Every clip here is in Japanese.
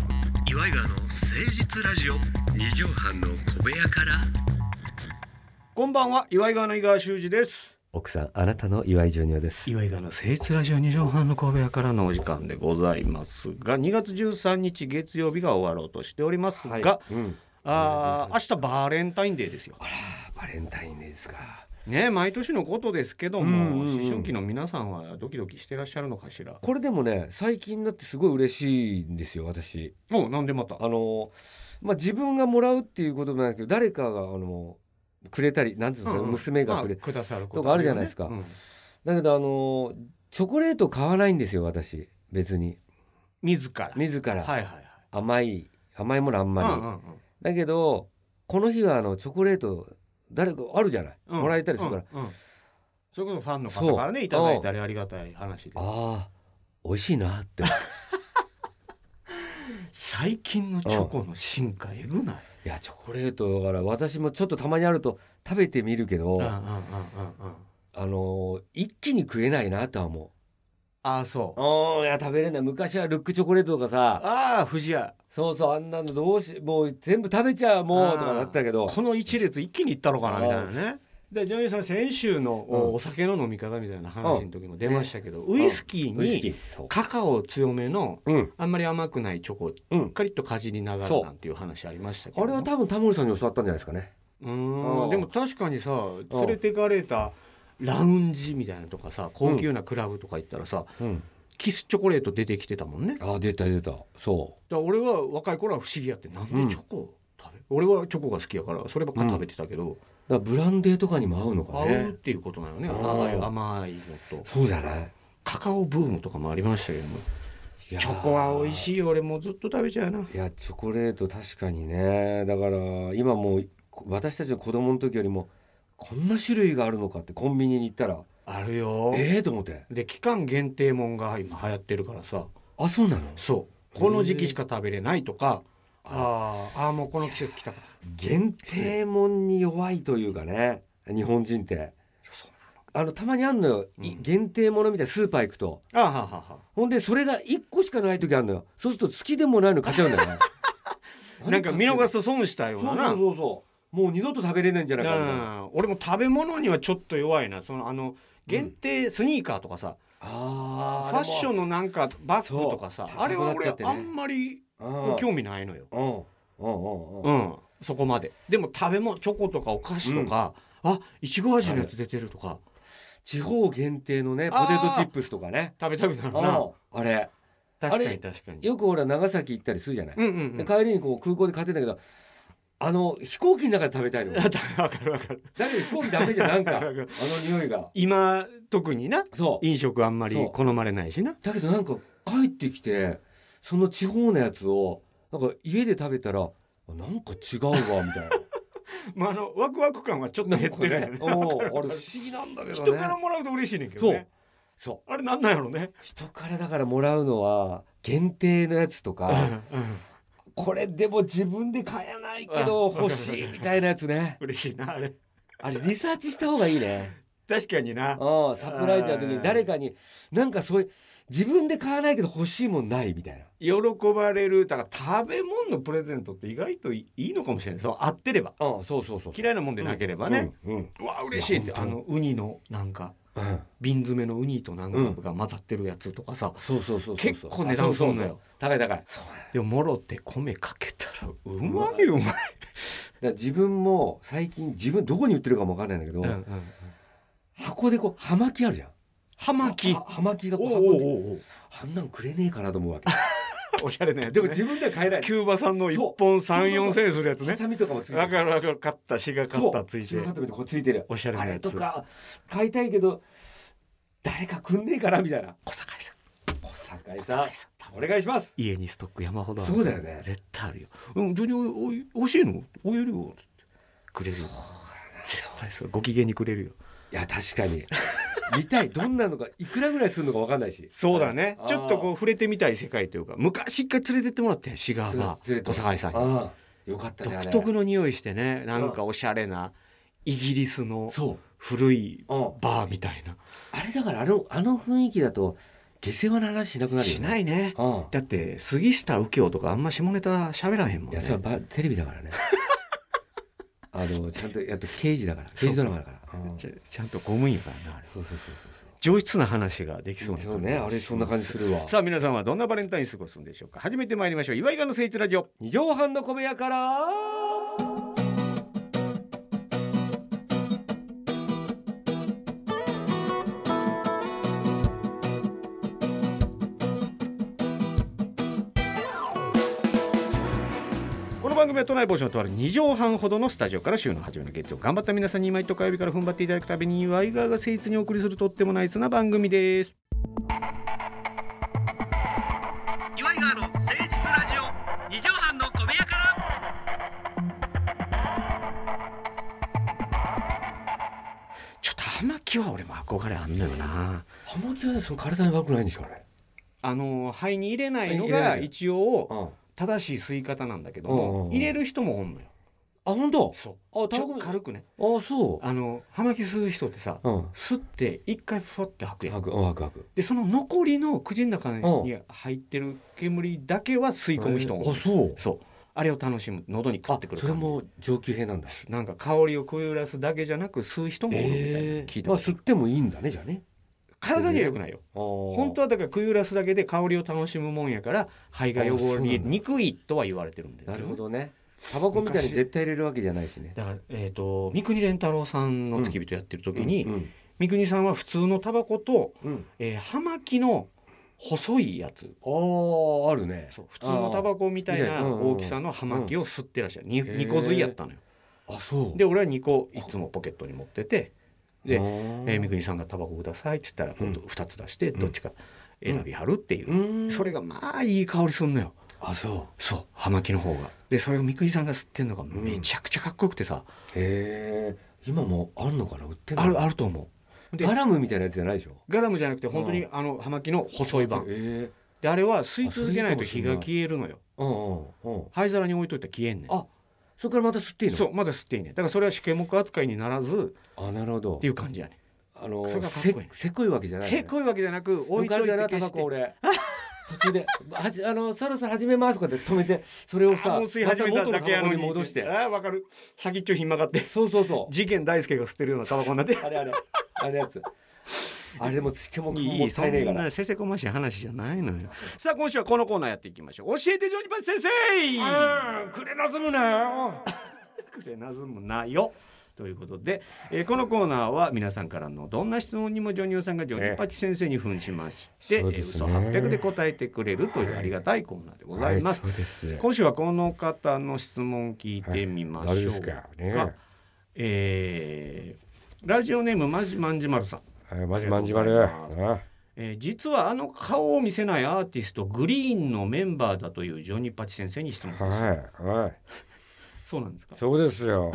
イガーの誠実ラジオ二畳半の小部屋からこんばんは岩井川の井川修司です奥さんあなたの岩井ジョニオです岩井川の誠実ラジオ二畳半の神戸屋からのお時間でございますが2月13日月曜日が終わろうとしておりますが、うん、あー明日バレンタインデーですよバレンタインデーですかね毎年のことですけどうんうも、んうん思春期の皆さんはドキドキしてらっしゃるのかしらこれでもね最近になってすごい嬉しいんですよ私おなんでまたあのまあ自分がもらうっていうこともないけど誰かがあのくれたりなんていうの、うんうん娘がくれ、まあくださることかあるじゃないですかうんだけどあのチョコレート買わないんですよ私別に自ら自ら、はいはいはい甘い甘いものあんまり、うんうんうんだけどこの日はあのチョコレート誰かあるじゃない、うんもらえたりするから、うんうんそれこそファンの方からそねういただいたりありがたい話でああ美味しいなって 最近のチョコの進化えぐないいやチョコレートだから私もちょっとたまにあると食べてみるけど、うんうんうんうんあうんのー一気に食えないなとは思ああそうううんいや食べれない昔はルックチョコレートとかさああ藤屋そうそうあんなのどうしもう全部食べちゃうもうとかなったけどこの一列一気にいったのかなみたいなねでジョニーさん先週のうんおお酒の飲み方みたいな話の時も出ましたけど、ウイスキーウイスキにーそうカカオ強めのうんあんまり甘くないチョコうんカリッとかじりながそらうなんていう話ありましたけどあれは多分タモリさんに教わったんじゃないですかねうーうんんでも確かにさ連れてかれたラウンジみたいなのとかさ高級なクラブとか行ったらさ、うんキスチョコレート出てきてたもんねだかああ出た出たそら俺は若い頃は不思議やってなんでチョコを食べ、俺はチョコが好きやからそればっか食べてたけど、うだからブランデーとかにも合うのか合うっねていうことなのねうん甘い甘いのとそうじゃないカカオブームとかもありましたけどもいやーチョコは美味しいよ俺もうずっと食べちゃうないやチョコレート確かにねだから今もうこ私たちの子供の時よりもこんな種類があるのかってコンビニに行ったらあるよええー、と思ってで期間限定もんが今流行ってるからさあそうなのそうこの時期しか食べれないとかああーあーもうこの季節来たから限定もんに弱いというかね日本人ってそうあのたまにあんのよ、いうん限定ものみたいなスーパー行くとあーはーはーはほんでそれが1個しかない時あるのよそうすると好きでもないの買っちゃうんだよねー なんか見逃すす損したよそううなそうなそうそうもう二度と食べれないんじゃないかみたいなうん俺も食べ物にはちょっと弱いなそのあの限定スニーカーとかさ、あファッションンのなんかバッグとかさそうあれは高く俺なっちゃってねあんまりうん興味ないのよ、うんうんうんうんうん、そこまででも食べ物チョコとかお菓子とか、あいちご味のやつ出てるとか地方限定のねポあーテトチップスとかね食べたくなるなああれ確かあにれ確かによく俺は長崎行ったりするじゃない、うんうんうでん帰りにこう空港で買ってんだけどあの飛行機の中で食べたいのだ わけかるわかるど飛行機ダメじゃんなん かわあかのる匂いが今特になそう飲食あんまり好まれないしなだけどなんか帰ってきてその地方のやつをなんか家で食べたらあなんか違うわみ たいなまああのワクワク感はちょっとなん減ってかるよねねおうあれ不思議なんだけ人どねからもらうと嬉しいねんけどねそあれなんなんやろねう人からだからもらうのは限定のやつと かうんうんこれでも自分で買えないけどあ欲しいみたいなやつね嬉しいなあれ あれリサーチした方がいいね確かになうんサプライズの時に誰かになんかそういう自分で買わないけど欲しいもんないみたいな喜ばれるだから食べ物のプレゼントって意外といいいのかもしれないそう合ってればうんそうそうそう嫌いなもんでなければね、うんうんうわ嬉しいっていやあのウニのなんかうん瓶詰めのウニとなんかが混ざってるやつとかさ、そうそうそうそう結構値段すんのよ高い高いそうだでももろて米かけたらうまいうまい、から自分も最近自分どこに売ってるかもわかんないんだけど、うんうんうん、箱でこう葉巻あるじゃん葉巻は葉巻がおこううお箱うにおうおうあんなんくれねえかなと思うわ けおしゃれなやつ、ね、でも自分では買えないキューバ産の一本三四千円するやつねハサミとかもついてわかるわかる買ったしが買ったついてそう白旗とかついてるおしゃれあなれやつとか買いたいけど誰かくんねえかなみたいな小堺さん小坂井小さん堺さんお願いします家にストック山ほどあるそうだよね絶対あるようんジョニーおいおいしいのおいるよつってくれるよ絶対そうご機嫌にくれるよいや確かに見 たいどんなのかいくらぐらいするのかわかんないしそうだねちょっとこうう触れてみたい世界というか昔一回連れてってもらってシガーバ連ーれて小堺さんにああよかったねあ独れ特の匂いしてねなんかおしゃれなイギリスのそ、古いううん、バーみたいなあれだからあのあの雰囲気だと下世話な話しなくなるよねしないねうんだって杉下右京とかあんま下ネタ喋らへんもんいやそれはねばテレビだから ねあのちゃんとやっと刑事だから刑事ドラマだからうんちゃちゃんと公務員やからなあれそうそうそうそうそう上質な話ができそうなそうねあれそんな感じするわさあ皆さんはどんなバレンタイン過ごすんでしょうか初めて参りましょう岩井川の誠一ラジオ二畳半の小部屋からこの番組は都内防止のとある2畳半ほどのスタジオから週の初めの月曜頑張った皆さんに毎と火曜日から踏ん張っていただくために岩井川が誠実にお送りするとってもナイスな番組です岩井川の誠実ラジオ二畳半の小部屋からちょっと玉木は俺も憧れあんのよな浜木はねその体に悪くないんでしょうねあの肺に入れないの入れながい一応あ正しい吸い方なんだけどうんうんもうん入れる人もおんのよ本当そうあちタバょコ軽くねあそあの葉巻吸う人ってさううん吸って一回ふわって吐くやん吐くうん吐く吐くでその残りの口の中にう入ってる煙だけは吸い込む人もあそうそうあれを楽しむ喉にかあってくるそ感れじも上級兵なんだなんか香りをくゆらすだけじゃなく吸う人もおるみたいなえ聞いえたまこあとある吸ってもいいんだねじゃあね体には良くないよ本本当はだからくゆらすだけで香りを楽しむもんやから肺が汚れあそうなんだにくいとは言われてるんだよなるほどねタバコみたいに絶対入れるわけじゃないしねだから、えー、と三國連太郎さんの付き人やってる時に、うん三國さんは普通のタバコと、うんえー、葉巻の細いやつあーあるねそう普通のタバコみたいな大きさの葉巻を吸ってらっしゃる 2, うん個吸いやったのよあそうで俺は2個いつもポケットに持ってて、であえー、ー三國さんが「タバコください」っつったらうん2つ出してんどっちか選びはるっていう、うんそれがまあいい香りすんのよあそそう葉巻の方がでそれを三國さんが吸ってんのがめちゃくちゃかっこよくてさ、うへえ今もうあるのかな売ってんのあるあると思うでアラムみたいなやつじゃないでしょガラムじゃなくて本当にうあの葉巻の細い版ええであれは吸い続けないとあそれいい火かがもしれない消えるのようんうんうん灰皿に置いといたら消えんねんあそれからまた吸っていいのそうまだ吸っていいねんだからそれは試験目扱いにならずあなるほどっていう感じやねあのそれがかっせこいいせこいわけじゃないせっこいわけじゃなく置抜いとかいるてやな消タバしコて俺途中ではじあのそろそろ始めますとかって止めてそれをあさもう吸い始めまた元のだけやタバのコにに戻してああわかる先っちょひん曲がってそうそうそう事件大輔が吸ってるようなタバコになって あれあれあれやつあれもつけもいいもいっいそたいねえかんらなせせこましい話じゃないのよさあ今週はこのコーナーやっていきましょう教えてジョニパン先生うんくれなずむなよくれなずむなよということで、えーこのコーナーは皆さんからのどんな質問にもジョニオさんがジョニパチ先生に扮しまして、えそうーですね嘘800で答えてくれるというありがたいコーナーでございます、はい、そうです今週はこの方の質問を聞いてみましょう、誰ですかねえーラジオネームまじまんじまるさん、はいまじまんじまるありがとうござえー実はあの顔を見せないアーティストグリーンのメンバーだというジョニパチ先生に質問です、はいはいそうなんですかそうです よ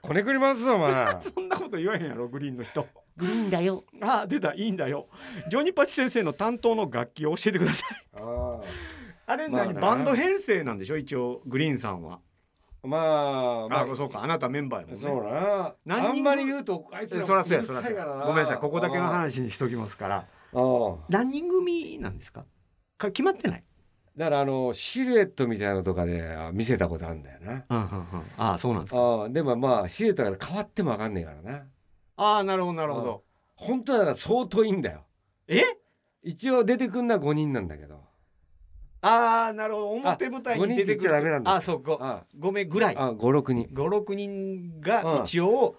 こねくりますぞお前そんなこと言わへんやろグリーンの人グリーンだよああ出たいいんだよジョニパチ先生の担当の楽器を教えてくだ さいああれ何、まあなバンド編成なんでしょ一応グリーンさんはあまあまああそうかあなたメンバーやもんねそうな何人あぐんまり言うとあいつえらそらそうやうそるらさそういやからごめんなさいここだけの話にしときますからああ何人組なんですかか決まってないだからあのシルエットみたいなのとかであ見せたことあるんだよなうんうんうんああそうなんですかああでもまあシルエットだから変わってもわかんねえからなああなるほどなるほど本当はだから相当いいんだよえ一応出てくんのは5人なんだけどああなるほど表舞台あ五に人出てくるって言っちゃダメなんだあそうごあごめんぐらいあ56人56人がうん一応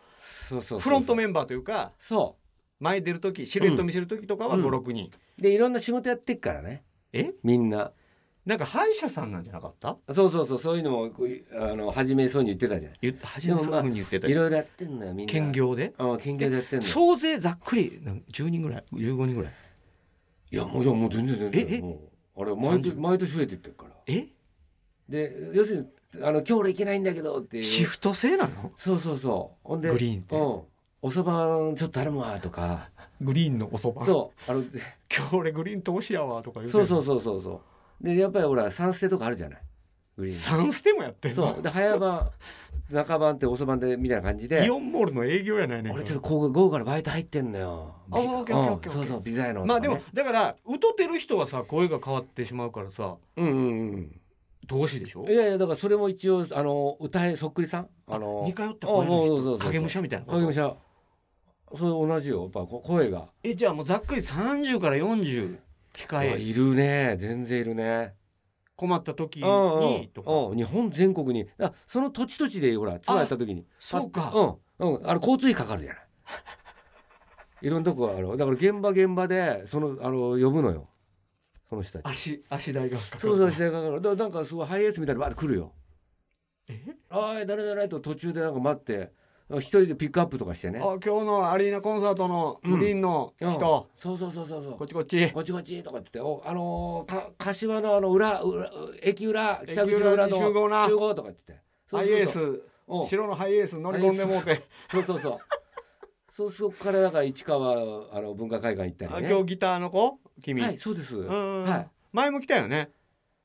そうそうそうフロントメンバーというかそ前出る時シルエット見せる時とかはうん56人、うでいろんな仕事やってっからねえみんななんか歯医者さんなんじゃなかったそうそうそうそういうのもこういあの初めそうに言ってたじゃん言って初めでもそうまいあうふうに言ってたいよろいろやってんのよみんな兼業であ兼業でやってんのよ総勢ざっくりなん10人ぐらい15人ぐらいいやもういやもう全然全然ええもうあれ毎年30毎年増えてってるからえで要するにあの今日俺行けないんだけどっていうシフト制なのそうそうそうほんでグリーンってうんおそばちょっと頼むわとかグリーンのおそば今そうあの日俺グリーン投資やわとか言そうそううそうそうそうでやっぱりほらサンステとかあるじゃないグリーン3ステもやってんのそうで早番中番って遅番でみたいな感じでイオンモールの営業やないねんから俺ちょっとこう午後からバイト入ってんのよあオッケーオッケーオッケーうんそうそう美大のまあでもねだから歌ってる人はさ声が変わってしまうからさうんうん投資でしょうんいやいやだからそれも一応あの歌えそっくりさんあの似通ったあ声もうそうそうそのう人影武者みたいなこと影武者それ同じよやっぱこ声が、えじゃあもうざっくり30から40控あえいるね全然いるね困った時うんうんにとかうん日本全国にあその土地土地でほらツアーやった時にそうかうんうんあの交通費かかるじゃない いろんなとこあるだから現場現場でそのあの呼ぶのよその人たち足足代がかかるそうそうしてかかるだなんかすごいハイエースみたいなのバーって来るよえあい誰誰と途中でなんか待って一人でピックアップとかしてねあ今日のアリーナコンサートのうんグリーンのうん人、そうそうそうそうそうこっちこっちこっちこっちとかって言って、お、あのーか、柏のあの裏、裏、駅裏、北口の裏の駅裏に集合な集合とかって言って。ハイエそうーするスと。お白のハイエース乗り込んでもうて、そうそう そう。そうそこからだから市川あの文化会館行ったあり今ね。日ギターの子君、はい、そうです。うんうんうんはい前も来たよね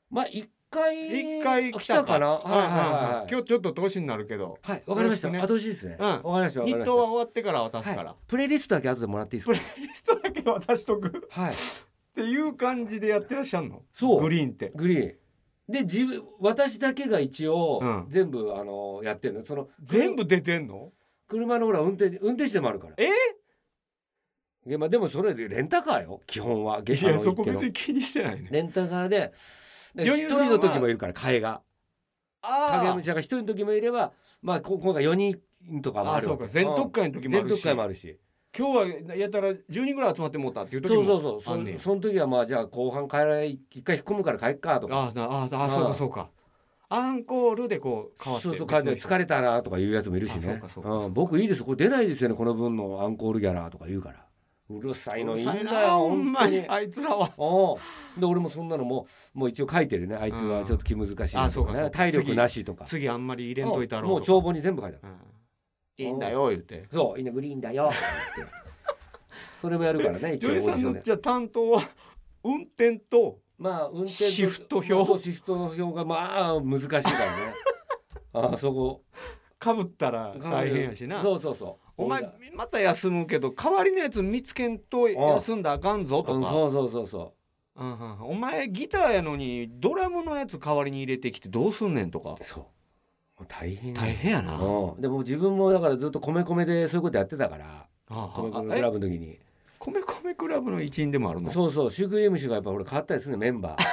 まあ一回一回来たかかな。うんうんうんはいはいはい。今日ちょっと年になるけどはい、わかりました。よろしくね後押しですね。うんわかりました。わか日りまし当たは終わってから渡すから、はい、プレイリストだけ後でもらっていいですか。リストだけ渡しとくっはい。ていう感じでやってらっしゃるのそうグリーンってグリーン。で自分私だけが一応うん全部、あのやってるの。その全部出てんの車のほら運転運転手でもあるからえいやまあでもそれでレンタカーよ基本はーいいやそこ別に気にしてないねレンタカーでで女一優さんは人の時もいるから替えが影あ武者が一人の時もいればまあこ今回4人とかあもあああるそうか全特特会の時もあ全る特し会もあるし今日はやたら10人ぐらい集まってもうたっていう時そうもそうそうそあんねやんその時はまあじゃあ後半帰らない一回引っ込むから帰っかとかあーなあーあーそううかんそうかアンコールでこう変わってそうそう帰って別の人疲れたなとかいうやつもいるしねあそうかそうかん僕いいですこれ出ないですよねこの分のアンコールギャラとか言うからうるさいのいいんうるさだなよほん本ま当ににあいつらはおで俺もそんなのももう一応書いてるねあいつはちょっと気難しいなあとそうかかね、そうか体力なしとか次あんまり入れんといたろもうとか帳簿に全部書いてあるうんいいんだよ言ってそういいねグリーンだ よってそれもやるからね一応オ女ーデ優さィんションのでじゃあ担当は運転とまあ運転とシフト表そうシフトの表がまあ難しいからね ああそこかぶったら大変やしなそうそうそうお前うんまた休むけど代わりのやつ見つけんと休んだらあかんぞとか、そうそうそうそうんうんうんお前ギターやのにドラムのやつ代わりに入れてきてどうすんねんとかうそうもう大変大変やな、あうんでも自分もだからずっと米米でそういうことやってたからあ米米あクえラブの時に米米クラブの一員でもあるのそうそうシュークリーム氏がやっぱ俺変わったりするねメンバー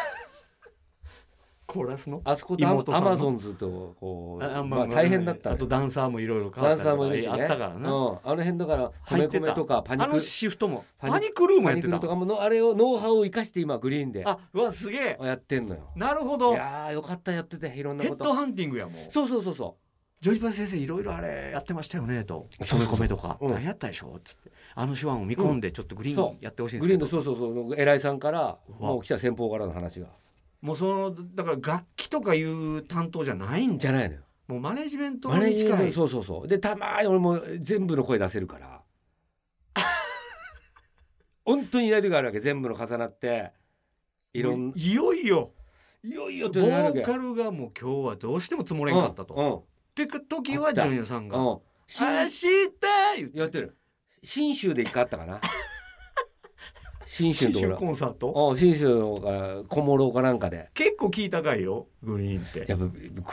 コーラスのあそことア妹さアんのマゾンズとこうああまあ大変だったあのとよダンサーもいろいろ変ダわンったサーもいるりしとねかあったかうらん、あな、の辺だから入米ってた米とかパニあクのルシフトもパニパニクルーもパやっニてクルたとかものあれをノウハウを生かして今グリーンであうわすげえやってんのよなるほいどやーよかったやってていろんなヘこッドとハンティングやもんそうそうそうそジョージパイ先生いろいろあれやってましたよねとそうそうそう米米とかうん何やったでしょって言ってあの手腕を見込んでちょっとグリーそンやってほしいんうでグすリーけンのそどうそうそう偉いさんからうわもう来た先方からの話がもうそのだから楽器とかいう担当じゃないんじじゃゃないのよもうマネジメントマネーにジメン近トいそうそうそうでたまーに俺も全部の声出せる から本当にいない時があるわけ全部の重なっていろんもういよいよいよいボよってなるわけーカルがもう今日はどうしても積もれんかったと、うっんて時はジョニオさんがうん、う「ん、し明日!」言ってやってる信州で一回あったか な信州新のとこ春ろコンサートうん信州のが小諸かなんかで結構聞いたかいよグリーンってやっぱ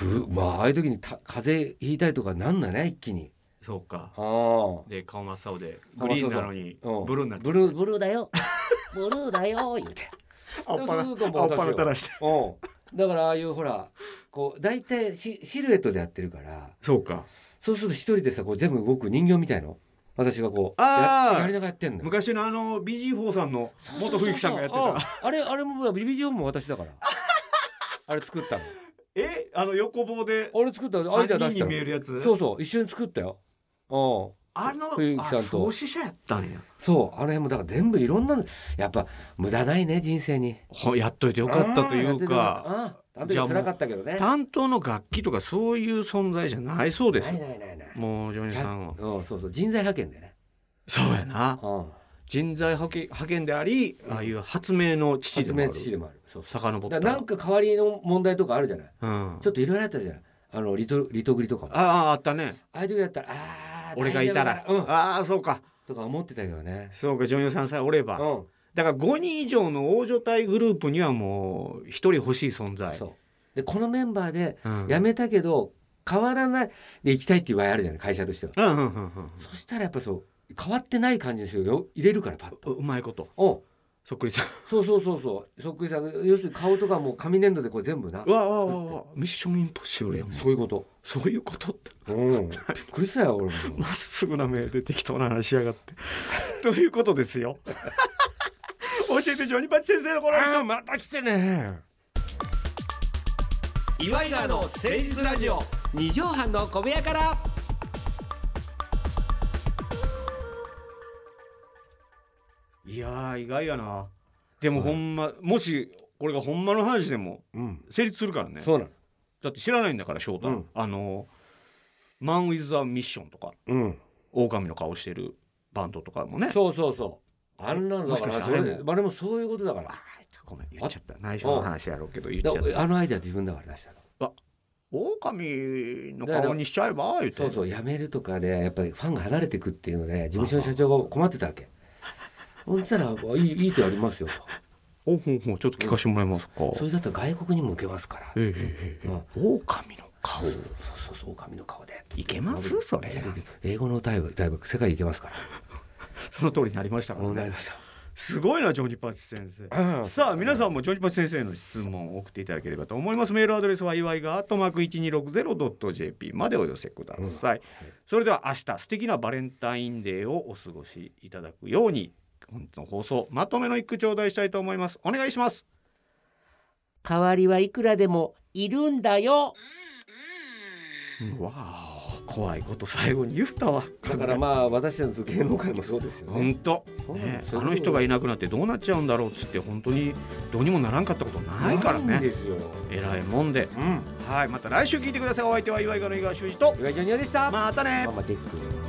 ぐまあああいう時にた風邪ひいたりとかなんだね一気にそうかああで顔真っ青で顔真っ青グリーンなのにうんブルーになっちブゃルーブルーだよブルーだよ言うて青っぱなそうするともう青っ私ぱなよ垂らしてうんだからああいうほらこう大体シシルエットでやってるからそうかそうすると一人でさこう全部動く人形みたいの私がこうあーややりながらやってんのよ昔のあの BG4 さんの元冬木さんがやってそうそうたそうああれあれもビビジョンも私だからあれ作ったのえあの横棒であれ作ったのアイデア3出人したにの見えるやつそうそう一緒に作ったようんあの冬木さんとあ創始者やったんやそうあの辺もだから全部いろんなのやっぱ無駄ないね人生にほやっといてよかったというかあーやっててよかったうんあの時は辛かったけどね担当の楽器とかそういう存在じゃないそうですないないないないもうジョニーさんはうんそうそう人材派遣でねそうやなうん人材派遣派遣であり、ああいう発明の父発でもあ明る父でもあるそうそう遡っだたからなんか代わりの問題とかあるじゃないうん、ちょっといろいろあったじゃんあのリトリトグリとかもああああったねあいう時だったらあー俺がいたら、大丈夫だうんああそうかとか思ってたけどねそうか女優さんさえおれうば、んだから5人以上の大所帯グループにはもう一人欲しい存在そうでこのメンバーでうん辞めたけど変わらないで行きたいっていう場合あるじゃない会社としてはうんうんうんうんそしたらやっぱそう変わってない感じですよ入れるからパッとううまいことおそっくりさんそうそうそうそうそっくりさん要するに顔とかもう紙粘土でこう全部なうわうわうわうわミッションインポッシブルやもんそういうことそういうことってうんびっくりしたよ俺も まっすぐな目で適当な話しやがって ということですよ教えてジョニパチ先生のこのあーまた来てね岩井川の誠実ラジオ二畳半の小部屋からいやー意外やなでもほんま、もしこれがほんまの話でもうん成立するからねそうなのだって知らないんだから翔太、うんあの「マン・ウィズ・ザ・ミッション」とかうん「狼の顔してるバンド」とかもねそうそうそうあんなのだかもしらかそしてあれれもであれもそういうことだかあらーごめん言っちゃった内緒の話やろうけど言っちゃっだたあのアイデア自分だから出したの「狼の顔にしちゃえば」言ってそうそう辞めるとかでやっぱりファンが離れていくっていうので事務所の社長が困ってたわけほんしたら「いいいい手ありますよほうほうほうちょっと聞かせてもらえますか」と「それだったら外国にも受けますから」ええうん狼の顔そうそうそう狼の顔でいけますそれ英語の歌えば歌えば世界いけますからその通りになりましたからなねりましすごいなジョニパチ先生たさあ皆さんもジョニパチ先生への質問を送っていただければと思いますメールアドレスは祝いがトマーク 1260.jp までお寄せください、それでは明日素敵なバレンタインデーをお過ごしいただくように本日の放送まとめの一句頂戴したいと思いますお願いします代わりはいくらでもいるんだよわあ怖いこと最後に言ったわだからまあ私たちの芸能界もそうですよね本当、そうなんねで、すあよの人がいなくなってどうなっちゃうんだろうっつって本当にどうにもならんかったことないからないんねですよ偉いもんでうんはいまた来週聞いてくださいお相手は岩井川の井川修司と岩井ジョニオでしたまたねママチェック